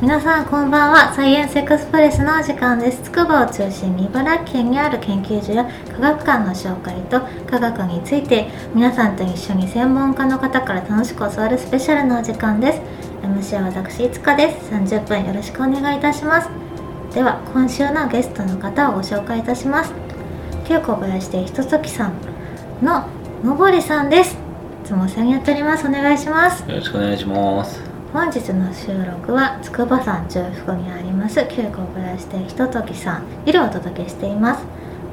皆さんこんばんはサイエンスエクスプレスのお時間ですつくばを中心に茨城県にある研究所や科学館の紹介と科学について皆さんと一緒に専門家の方から楽しく教わるスペシャルなお時間です MC は私いつかです30分よろしくお願いいたしますでは今週のゲストの方をご紹介いたします旧小林でひとときさんののぼりさんですいつもお世話になっておりますお願いしますよろしくお願いし ます。本日の収録は筑波山中腹にあります旧小林亭ひとときさんいるお届けしています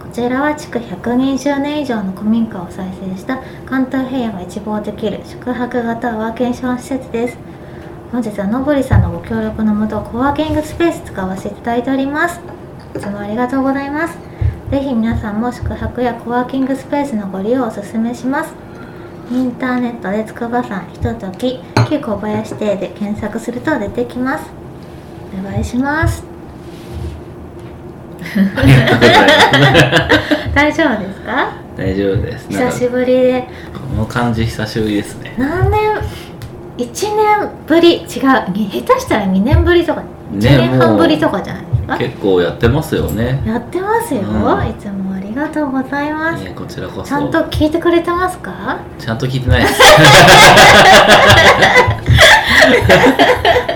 こちらは築120年以上の古民家を再生した関東平野が一望できる宿泊型ワーケーション施設です本日はのぼりさんのご協力のもとコワーキングスペース使わせていただいておりますいつもありがとうございますぜひ皆さんも宿泊やコワーキングスペースのご利用をお勧めしますインターネットで筑波山ひととき旧小林邸で検索すると出てきますお願いします大丈夫ですか大丈夫です。なん久かしぶりでこの感じ久しぶりですね。何年1年ぶり違う下手したら2年ぶりとか1年半ぶりとかじゃないですか、結構やってますよね。やってますよ、うんいつもありがとうございまいすえこちらこそ。ちゃんと聞いてくれてますかちゃんと聞いてな いです。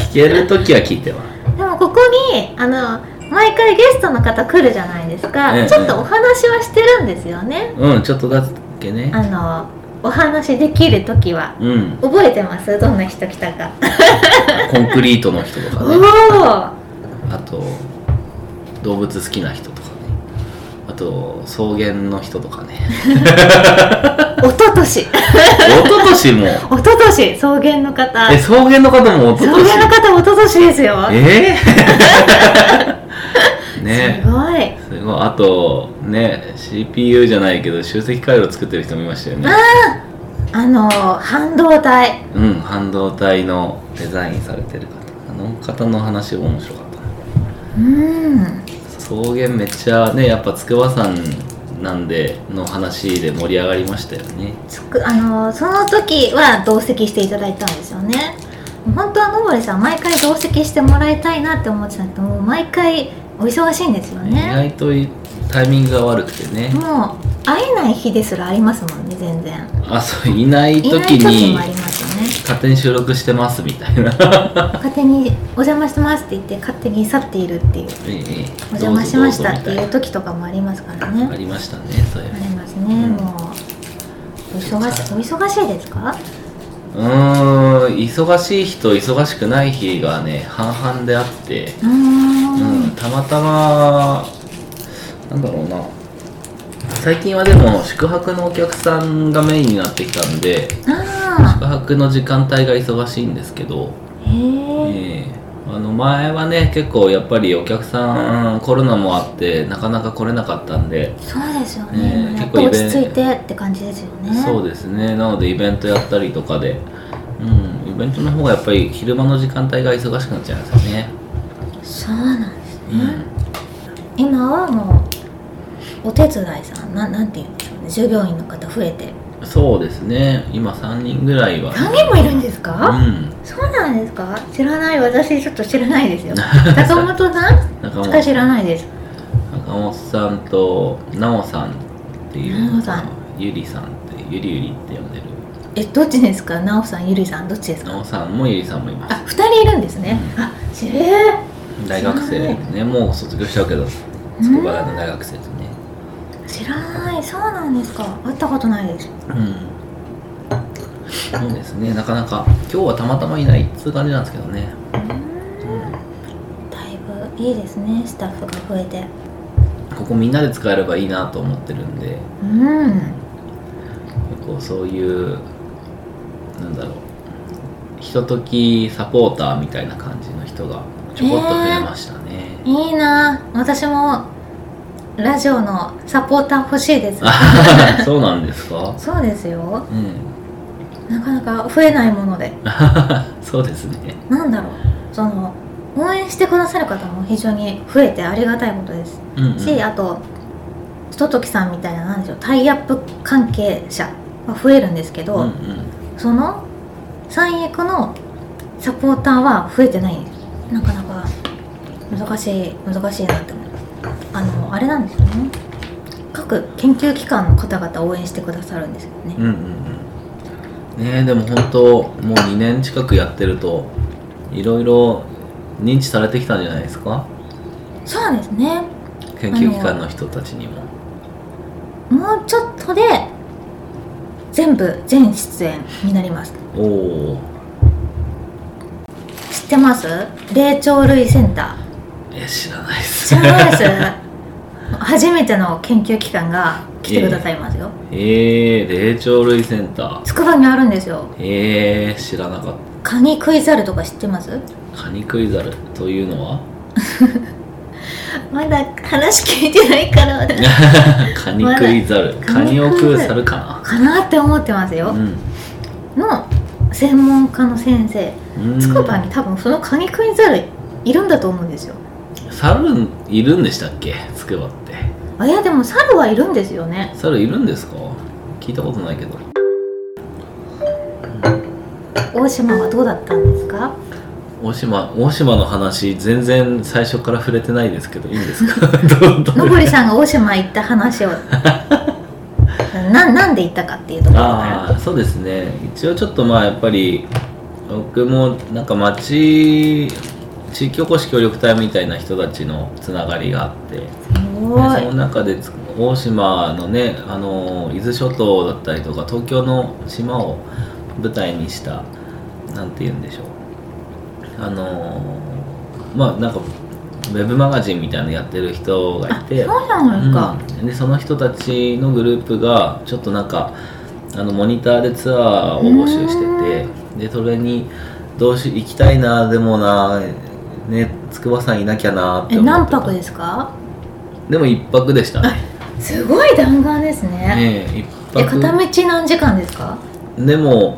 聞けるときは聞いてます。でもここにあの毎回ゲストの方来るじゃないですか、ええちょっとお話はしてるんですよねうん、ちょっとだけね。あのお話できる時はうん、覚えてますどんな人来たかコンクリートの人とおかおね。ーあと動物好きな人とかね。あと草原の人とかね。 おととし一昨年も。おととし草原の方え、草原の方も一草昨年。原の方おととしですよえ ーねすごいすごいあとね CPU じゃないけど集積回路作ってる人もいましたよねあの半導体うん半導体のデザインされてる方あの方の話も面白かったなうん草原めっちゃねやっぱ筑波山なんでの話で盛り上がりましたよねつくあのその時は同席していただいたんですよね本当はのぼりさん毎回同席してもらいたいなって思ってたんですけどもう毎回お忙しいんですよ意ね外といタイミングが悪くてね、もう会えない日ですらありますもんね全然あそういないいない時時にもありますよね勝手に収録してますみたいな 勝手にお邪魔してますって言って勝手に去っているっていうええお邪魔しましたってどいうぞどうぞ時とかもありますからみたいなあねりましたねそういあうりますね、んもうお忙しいお忙しいですかうーん忙しい日と忙しくない日がね半々であって、うーんうんたまたまなんだろうな最近はでも宿泊のお客さんがメインになってきたんであ宿泊の時間帯が忙しいんですけど、あへえええあの前はね結構やっぱりお客さんコロナもあってなかなか来れなかったんで、そうですよねねえやっ結構とイ落ベンち着いてって感じですよねそうですねなのでイベントやったりとかで、うん、イベントの方がやっぱり昼間の時間帯が忙しくなっちゃいますよね。そうなんですね、う今はもうお手伝いさんななんて言うんでしょうね従業員の方増えてん、そうですね今3人ぐらいは何人もいるんですうか、んそうなんですか知らない私ちょっと知らないです よ坂本さん中しか本知らないです中本さんとなおさんっていうなおさんゆりさんってゆりゆりって呼んでるえどっちですかなおさんゆりさんどっちですなかおさんもゆりさんもいますあ二人いるんですねあ知れー大学生ですねもう卒業しちゃうけど筑波大の大学生ですね知らないそうなんですか会ったことないですうんそうですねなかなか今日はたまたまいないっつう感じなんですけどね、うだいぶいいですねスタッフが増えてん、ここみんなで使えればいいなと思ってるんでうん結構そういうなんだろうひとときサポーターみたいな感じの人がちょこっと増えましたね、 いいな私もラジオのサポーター欲しいですあそうなんですかそうですようん なかなか増えないものでそうですねなんだろうその応援してくださる方も非常に増えてありがたいことですうん、うん、し、あとひとときさんみたいななんでしょうタイアップ関係者は増えるんですけど、うんその三役のサポーターは増えてないんですうなかなか難しい難しいなって思いますあのあれなんですよね各研究機関の方々応援してくださるんですよねうんうんうんねえでも本当もう2年近くやってるといろいろ認知されてきたんじゃないですかそうなんですね研究機関の人たちにももうちょっとで全部全出演になりますおおー知ってます霊長類センタえ知らなーいっす知らないです 初めての研究機関が来てくださいますよ えー、霊長類センター筑波にあるんですよえー、知らなかっカニクイザルとか知ってますたカニクイザルというのは まだ話聞いてないからカニクイザルカカニニクイザルを食う猿かかなって思ってますなよ、うんの専門家の先生うん筑波に多分そのカニクイザルいるんだと思うんですよ猿いるんでしたっけつくばってあいやでも猿はいるんですよね猿いるんですか聞いたことないけど大島はどうだったんですか大島大島の話全然最初から触れてないですけどいいんですかどうどうのぼりさんが大島行った話を ななんで行ったかっていうところからああそうですね一応ちょっとまあやっぱり僕もなんか町地域おこし協力隊みたいな人たちのつながりがあってですそごいの中でつ大島のねあの伊豆諸島だったりとか東京の島を舞台にしたなんて言うんでしょうあのまあなんかウェブマガジンみたいなのやってる人がいてそうじゃないか、うん、でその人たちのグループがちょっとなんかあのモニターでツアーを募集しててでそれにどうし行きたいなでもなね筑波山いなきゃなってえ思ってた何泊ですかでも一泊でしたねすごい弾丸ですねねえ一え片泊道何時間ですかでも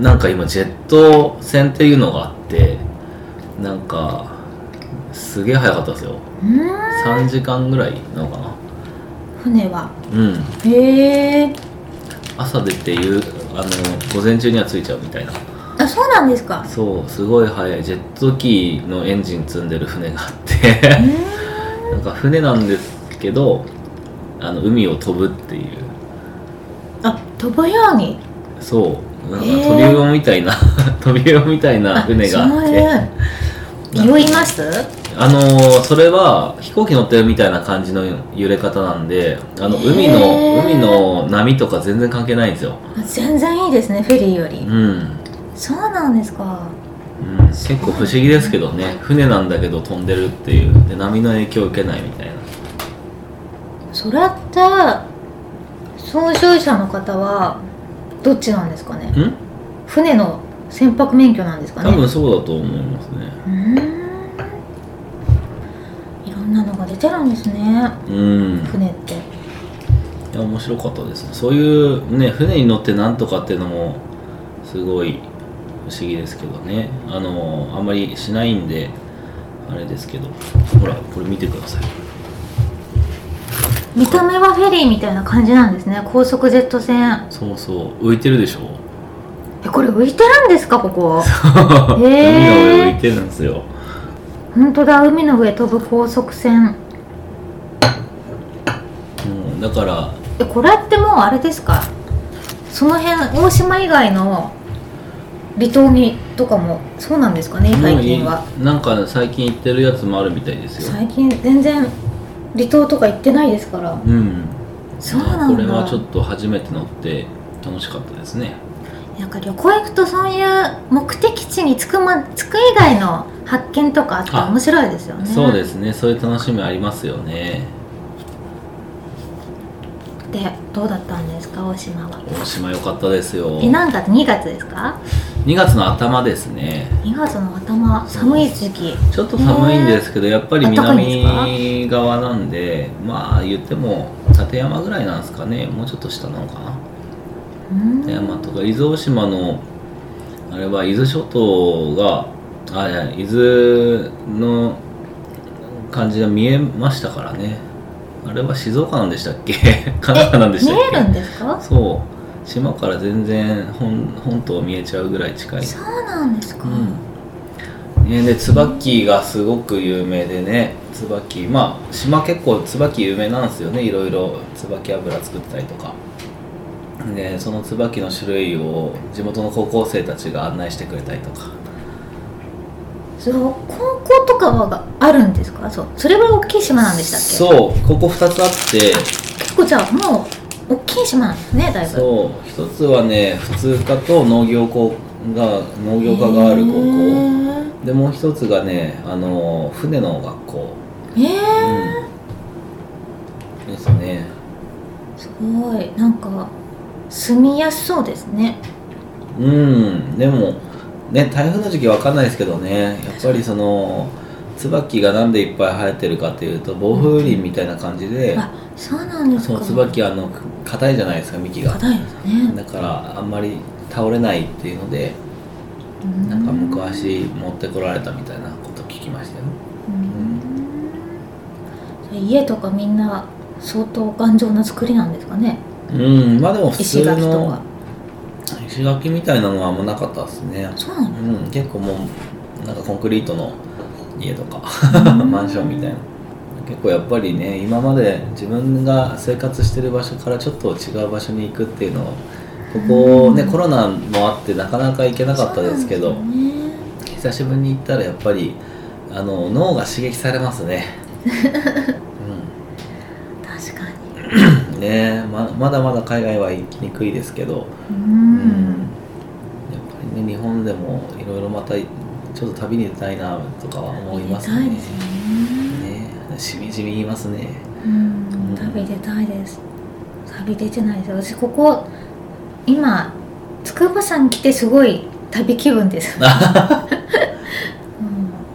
なんか今ジェット船っていうのがあってなんかすげえ早かったですようーん3時間ぐらいなのかな船はうんへえ朝出ていうあの午前中には着いちゃうみたいなあそうなんですかそうすごい速いジェット機のエンジン積んでる船があっう てーんなんか船なんですけどあの海を飛ぶっていうあ飛ぶようにそうなんかへートビウオみたいな、 トビウオみたいな船があってあそういう酔いますあのーそれは飛行機乗ってるみたいな感じの揺れ方なんであのへー海の海の波とか全然関係ないんですよ全然いいですねフェリーより、うんそうなんですかうん結構不思議ですけどね船なんだけど飛んでるっていうで波の影響を受けないみたいなそれって操縦者の方はどっちなんですかねん船の船舶免許なんですかね多分そうだと思いますねうーんいろんなのが出てるんですねうん船っていや面白かったですねそういうね船に乗ってなんとかっていうのもすごい不思議ですけどねあのあんまりしないんであれですけどほらこれ見てください見た目はフェリーみたいな感じなんですね高速ジェット船そうそう浮いてるでしょえこれ浮いてるんですかここ海のへー上浮いてるんですよ本当だ海の上飛ぶ高速船うんだからえこれってもうあれですかその辺大島以外の離島にとかもそうなんですかねも最うい近はなんか最近行ってるやつもあるみたいですよ最近全然離島とか行ってないですからうんそうなんだまあこれはちょっと初めて乗って楽しかったですねなんか旅行行くとそういう目的地に着く,、ま、着く以外の発見とかあってあ面白いですよねそうですすねそういう楽しみありますよねでどうだったんですか大島は大島良かったですよえなんか2月ですか2月の頭ですね2月の頭寒い時期ちょっと寒いんですけどやっぱり暖かいんですか南側なんでまあ言っても立山ぐらいなんですかねもうちょっと下なのかなうん立山とか伊豆大島のあれは伊豆諸島があいや伊豆の感じが見えましたからねあれは静岡なんでしたっ け神奈川なんでし見たっえけるんですかそう島から全然本本島見えちゃうぐらい近いそうなんですか、うん、ね、で椿がすごく有名でね椿まあ島結構椿有名なんですよねいろいろ椿油作ったりとかでその椿の種類を地元の高校生たちが案内してくれたりとかそう高校とかはあるんですかそうそれは大きい島なんでしたっけそうここ2つあって結構じゃあもう大きい島なんですねだいぶそう一つはね普通科と農業校が農業科がある高校でもう一つがねあの船の学校へえうんですねすごいなんか住みやすそうですねうんでもね台風の時期わかんないですけどねやっぱりその椿がなんでいっぱい生えてるかっていうと暴風林みたいな感じで、あそうなんですそかの椿はあの硬いじゃないですか幹が硬いですねだからあんまり倒れないっていうのでなんか昔持ってこられたみたいなこと聞きましたよねうん家とかみんな相当頑丈な作りなんですかねうんまあでも普石通垣とのか石垣みたいなのはあんまなかったですねそうなのうん結構もうなんかコンクリートの家とか マンションみたいな結構やっぱりね今まで自分が生活してる場所からちょっと違う場所に行くっていうのをここねうんコロナもあってなかなか行けなかったですけどそうなんですよね久しぶりに行ったらやっぱりあの脳が刺激されます ね、確かにうん、ねえままだまだ海外は行きにくいですけどううんやっぱりね日本でもいろいろまたちょっと旅に出たいなとかは思い食べますたねいですねねしみじみ言いますねうん旅出たいです旅出てないです私ここ今筑波山来てすごい旅気分 です、うん、ま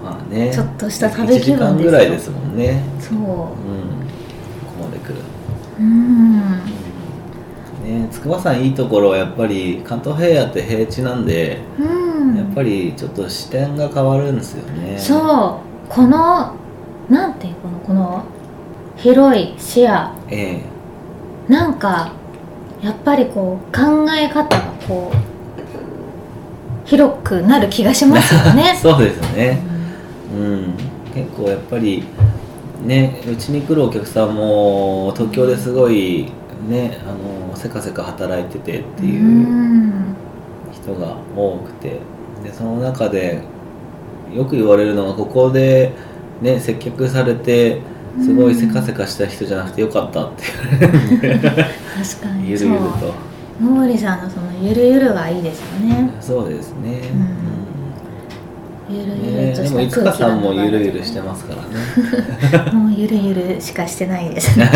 あねちょっとした旅気分ですよ1時間ぐらいですもんねそうんここまで来るううんね筑波山いいところはやっぱり関東平野って平地なんでうんやっぱりちょっと視点が変わるんですよねそうこのなんていうのこの広い視野えなんかやっぱりこう考え方がこう広くなる気がしますよえね。 そうですねううん結構やっぱりねうちに来るお客さんも東京ですごいねあのせかせか働いててってんいううん人が多くてでその中でよく言われるのがここでね接客されてすごいせかせかした人じゃなくてよかったって確かにゆるゆるそうと野森さんのそのゆるゆるがいいですよねそうですね、うんうんゆるゆね、るとでしもいたつ空か気がさんも流れゆてるゆるしてますから ねもうゆるゆるしかしてない ですね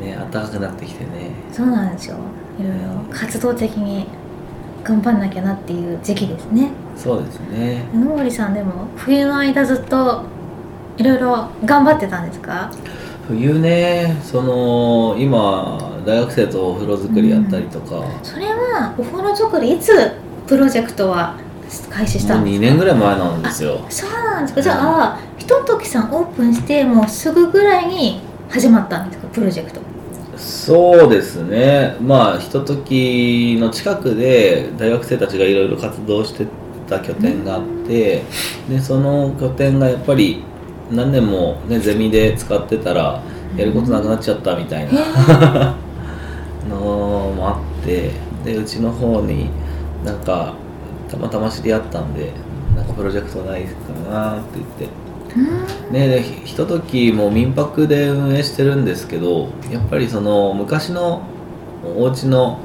ね暖かくなってきてねそうなんですよいろいろ活動的に頑張んなきゃなっていう時期ですねそうですね野森さんでも冬の間ずっといろいろ頑張ってたんですか冬ねその今大学生とお風呂作りやったりとか、もそれはお風呂作りいつプロジェクトは開始したうんです2か年ぐらい前なんですよそうなんですかじゃあひとときさんオープンしてもうすぐぐらいに始まったんですかプロジェクトそうですねまあひとときの近くで大学生たちがいろいろ活動してた拠点があってでその拠点がやっぱり何年も、ね、ゼミで使ってたらやることなくなっちゃったみたいな、へー のもあってでうちの方になんかたまたま知り合ったんでなんかプロジェクトないかなって言ってうんねでひひとときもう民泊で運営してるんですけどやっぱりその昔のお家の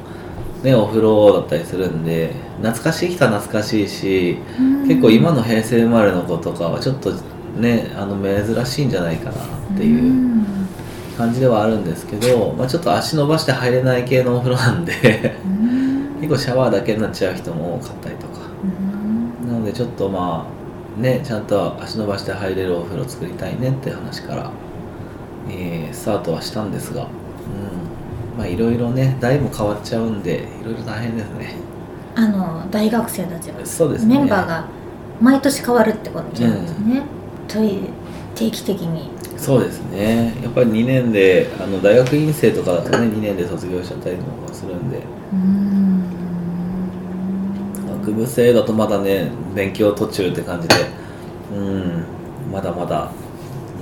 ねお風呂だったりするんで懐かしい人は懐かしいし結構今の平成生まれの子とかはちょっとねあの珍しいんじゃないかなっていう。ん感じではあるんですけど、まあ、ちょっと足伸ばして入れない系のお風呂なんで うん結構シャワーだけになっちゃう人も多かったりとかうんなのでちょっとまあねちゃんと足伸ばして入れるお風呂作りたいねって話から、えースタートはしたんですが、うん、まあいろいろね代も変わっちゃうんでいろいろ大変ですねあの大学生たちが、そうですねメンバーが毎年変わるってことなんですね、という定期的にそうですねやっぱり2年であの大学院生とかだとね2年で卒業しちゃったりとかするんでうん学部生だとまだね勉強途中って感じでうんまだまだ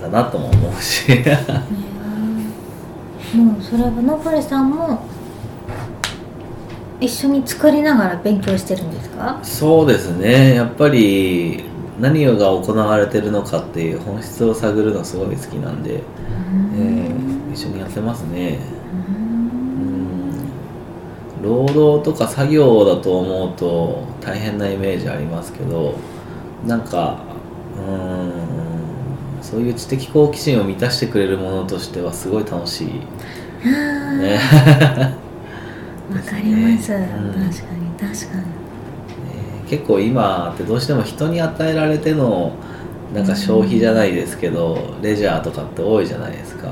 だなとも思うしもうそれはのぼりさんも一緒に作りながら勉強してるんですかそうですねやっぱり何が行われてるのかっていう本質を探るのすごい好きなんで、ええー一緒にやってますねうん労働とか作業だと思うと大変なイメージありますけどなんかうんそういう知的好奇心を満たしてくれるものとしてはすごい楽しい、ねわかります、うん確かに確かにえー結構今ってどうしても人に与えられてのなんか消費じゃないですけど、レジャーとかって多いじゃないですか、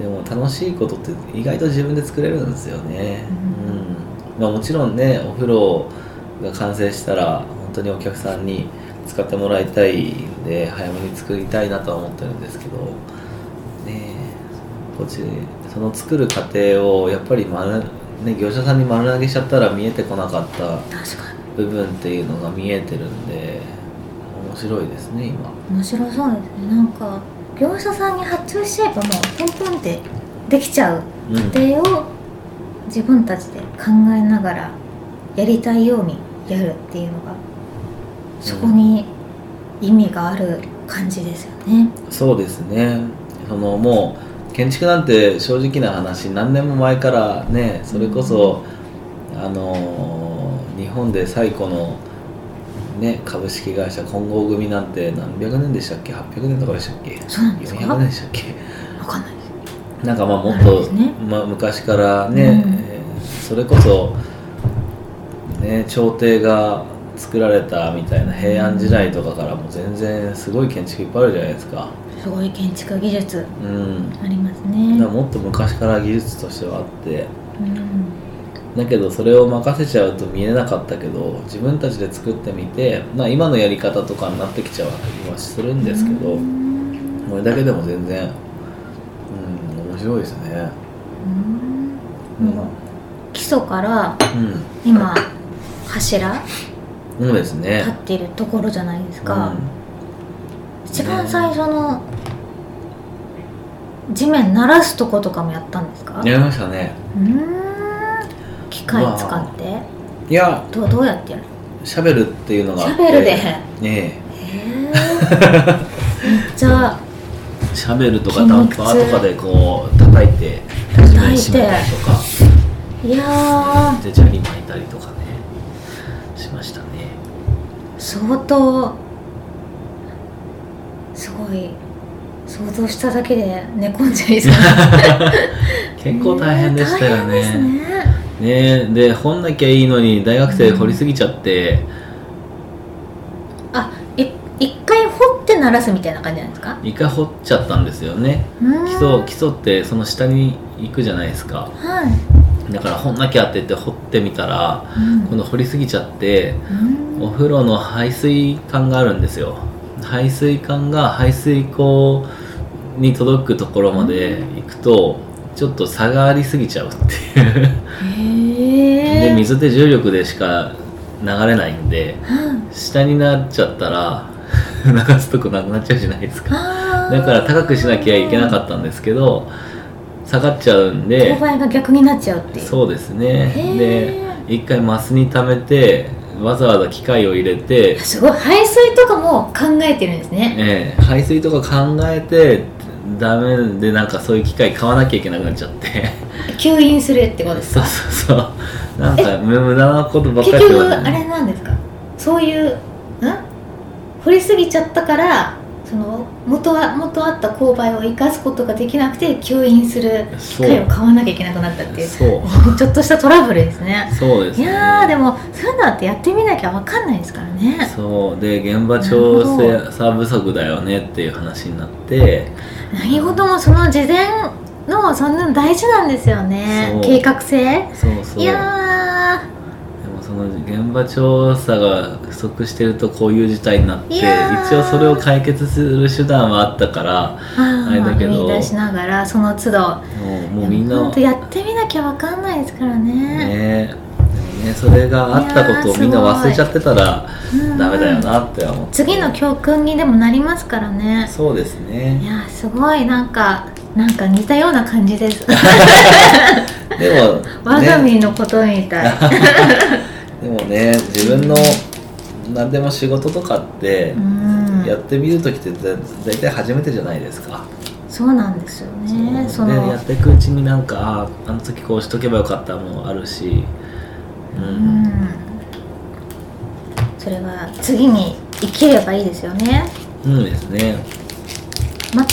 でも楽しいことって意外と自分で作れるんですよね、ううんまあ、もちろんねお風呂が完成したら本当にお客さんに使ってもらいたいんで早めに作りたいなとは思ってるんですけど、ねえ、こっちその作る過程をやっぱり丸、ね、業者さんに丸投げしちゃったら見えてこなかった確か部分っていうのが見えてるんで面白いですね今に面白そうですねなんか業者さんに発注しちゃえばもうポンポンってできちゃううん過程を自分たちで考えながらやりたいようにやるっていうのがそこに意味がある感じですよね。そうですねそのもう建築なんて正直な話何年も前からねそれこそ、あのー日本で最古の、ね、株式会社金剛組なんて何百年でしたっけ800年とかでしたっけそうなんですか400年でしたっけわかんないです。なんかまあもっなるほと、どねまあ、昔からね、うんえーそれこそ、ね、朝廷が作られたみたいな平安時代とかからも全然すごい建築いっぱいあるじゃないですか。すごい建築技術うんありますだからね。もっと昔から技術としてはあってうん、だけどそれを任せちゃうと見えなかったけど自分たちで作ってみて、まあ、今のやり方とかになってきちゃうはするんですけど、うんこれだけでも全然、うん、面白いですね。うんもう基礎からうん今柱そうですね立っているところじゃないですか、う一番最初の地面鳴らすとことかもやったんですかん、やりましたねうーん機械使って、いやどうどうや ってやるシャベルっていうのがシあっャてベルでえええーめっちゃシャベルとかダンパーとかでこう叩いて叩いて地面締めたりとかいやで砂利巻いたりとかねしましたねー相当すごい想像しただけで寝込んじゃいそう 結構大変でしたよえー大変ねですねねえで掘んなきゃいいのに大学生掘りすぎちゃってあい一回掘って鳴らすみたいな感じなんですか一回掘っちゃったんですよね基基礎基礎ってその下に行くじゃないですかはい、だから掘んなきゃって言って掘ってみたらうん今度掘りすぎちゃってうんお風呂の排水管があるんですよ排水管が排水口に届くところまで行くとちょっと差がありすぎちゃうっていうへでえ水って重力でしか流れないんでうん下になっちゃったら 流すとこなくなっちゃうじゃないですかあーだから高くしなきゃいけなかったんですけど下がっちゃうんで勾配が逆になっちゃうっていうそうですねへーで一回マスに溜めてわざわざ機械を入れてすごい排水とかも考えてるんですねええ、排水とか考えてダメでなんかそういう機械買わなきゃいけなくなっちゃって 吸引するってことですそうかそうそうなんか無無駄なことばっか結りして局たあれなんですかそういうん掘りすぎちゃったからその元は元あった勾配を生かすことができなくて吸引する機そ械をう買わなきゃいけなくなったっていうそうちょっとしたトラブルですねそうですいねやーでもそういうのだってやってみなきゃわかんないですからねそうで現場調なる整さ不足だよねっていう話になって何事もその事前のそんなの大事なんですよねそう計画性そうそういやでもその現場調査が不足してるとこういう事態になっていやー一応それを解決する手段はあったかーらああれだけーど見出しながらその都度もうもうみんいやなほとやってみなきゃわかんないですからねねでもねそれがあったことをみんな忘れちゃってたらうんダメだよなって思って次の教訓にでもなりますからねそうですいねやーすごいなんかなんか似たような感じです でも我が身のことみたい、 でもね自分の何でも仕事とかってうんやってみる時ってだ大体初めてじゃないですか、そうなんですよねそでのやっていくうちになんかあああの時こうしとけばよかったもあるし、うんうんそれは次に生きればいいですよねうんですね全く同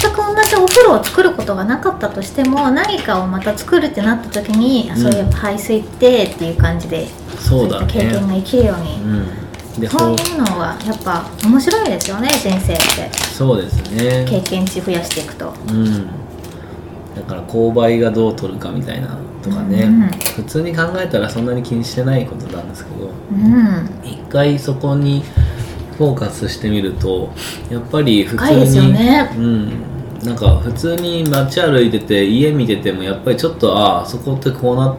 じお風呂を作ることがなかったとしても何かをまた作るってなった時に、あうんそういえば排水ってっていう感じでそういだねった経験が生きるように、うんでそほうういうのはやっぱ面白いですよね人生ってそうですね経験値増やしていくと。うんだから勾配がどう取るかみたいなとかね、うん普通に考えたらそんなに気にしてないことなんですけどうん、一回そこにフォーカスしてみるとやっぱり普深通いですよに、ね。うんなんか普通に街歩いてて家見ててもやっぱりちょっとああそこってこうなっ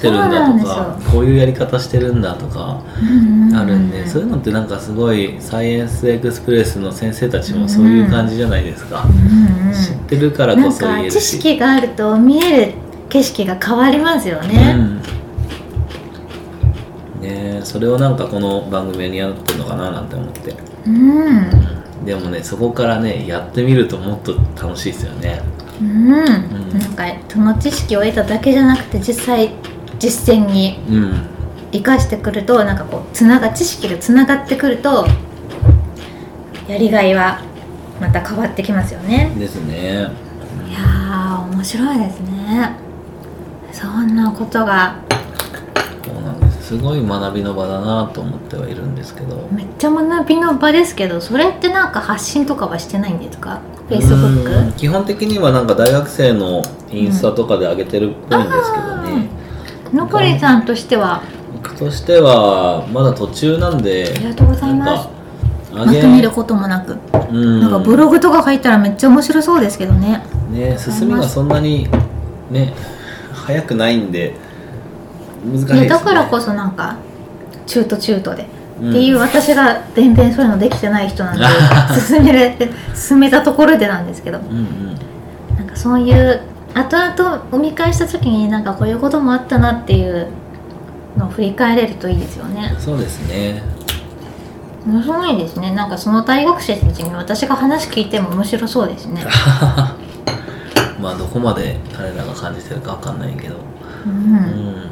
てるんそだとうなんかでこういうやり方してるんだとかうんうんあるんで、そういうのってなんかすごいサイエンスエクスプレスの先生たちもそういう感じじゃないですか、うんうん知ってるからなこんそ言えかる知し識があると見える景色が変わりますよね。うん、ねえそれをなんかこの番組にやってるのかななんて思ってうん、でもねそこからねやってみるともっと楽しいですよねうんんなんかその知識を得ただけじゃなくて実際実践にうん生かしてくるとなんかこうつなが知識がつながってくるとやりがいはまた変わってきますよね。ですねいやー面白いですねそんなことがそうなんですすごい学びの場だなと思ってはいるんですけどめっちゃ学びの場ですけどそれってなんか発信とかはしてないんですかうん Facebook? 基本的にはなんか大学生のインスタとかで上げてるっぽいんですけどね、のこりさんとしては僕としてはまだ途中なんでありがとうございなんますかま上とげめることもなく、うんなんかブログとか書いたらめっちゃ面白そうですけどねね進みがそんなにね早くないんで難しいです、いね、やだからこそなんか中途中途で、うんっていう私が全然そういうのできてない人 なんで進めれて進めたところでなんですけどうんうんなんかそういう後々お見返した時になんかこういうこともあったなっていうのを振り返れるといいですよねそうですね 面白いですねなんかその大学生たちに私が話聞いても面白そうです ねまあどこまで彼らが感じてるかわかんないけど、ううんん、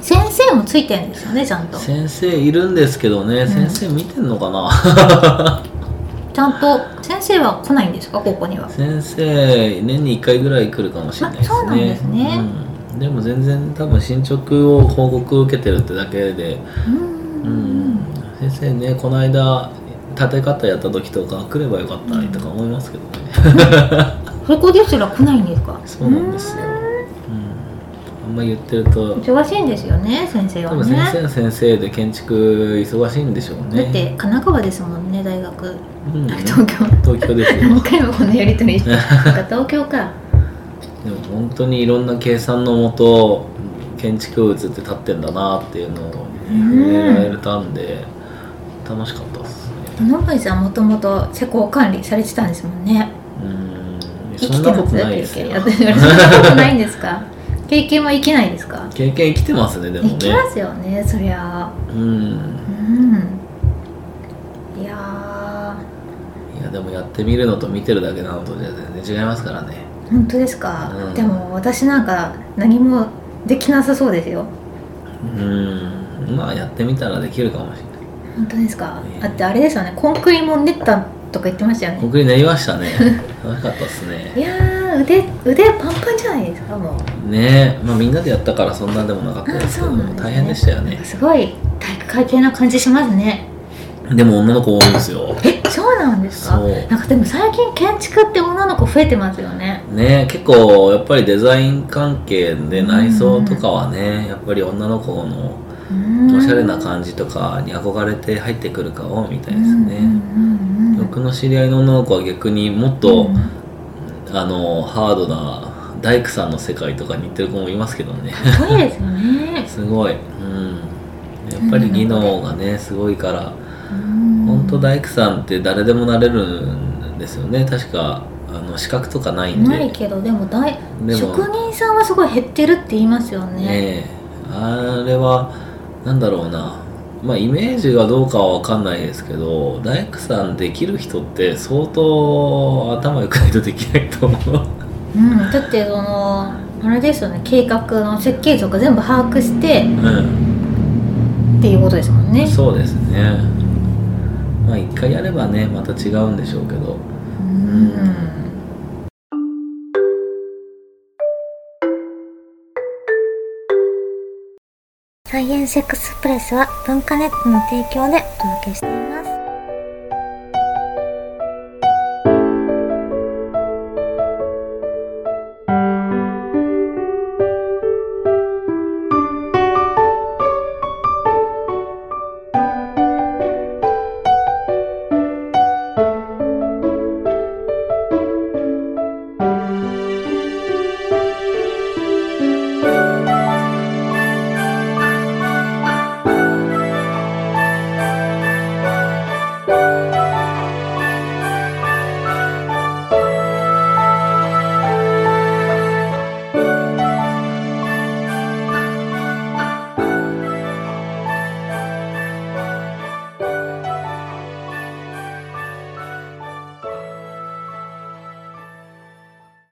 先生もついてるんですよねちゃんとち先生いるんですけどね、ん先生見てんのかな ゃんと先生は来ないんですかここには先生年に1回ぐらい来るかもしれないですねあそうなんですねうんでも全然多分進捗を報告受けてるってだけでうんうん先生ねこの間立て方やった時とか来ればよかったなとか思いますけどね、そこですら来ないんですかそうなんですよ、うん、あんま言ってるとうん忙しいんですよね先生多は分ね先生は先生で建築忙しいんでしょうねだって神奈川ですもんね大学うん、東京東京ですよ何回もこのやり取りしてなんか東京かでも本当にいろんな計算のもと建築物って立ってんだなっていうのを触れられたんで、楽しかったですね野森さんもともと施工管理されてたんですもんねうん生そきんてなこまとすないです経よ験そんなことないんですか経験は生きないですか経験生きてますねで生もきねますよねそりゃあうんうんいやいやでもやってみるのと見てるだけなのとじゃ全然違いますからねー本当ですか、うんでも私なんか何もできなさそうですようんまあやってみたらできるかもしれない本当ですかねだってあれですよねコンクリも練ったとか言ってましたよね僕になりました ね楽しかったっすいねやー腕腕パンパンじゃないですかもうねえまあみんなでやったからそんなでもなかったですけど、大変でしたよなんかねすごい体育会系な感じしますねでも女の子多いんですよえそうなんですかそうなんかでも最近建築って女の子増えてますよねねえ結構やっぱりデザイン関係で内装とかはねやっぱり女の子のおしゃれなじ感じとかに憧れて入ってくるかもみたいですうんねうんうんうん僕の知り合いの女の子は逆にもっと、あのハードな大工さんの世界とかに行ってる子もいますけどねすごいですよねすごい、うん、やっぱり技能がねすごいから 本本当大工さんって誰でもなれるんですよね確かあの資格とかないんでないけどでも大でも職人さんはすごい減ってるって言いますよねねえあれはなんだろうなまあイメージがどうかは分かんないですけど大工さんできる人って相当頭良くないとできないと思ううん、だってそのあれですよね計画の設計図とか全部把握してうんっていうことですもんねそうですねまあ一回やればねまた違うんでしょうけどうんサイエンスエクスプレスは文化ネットの提供でお届けしています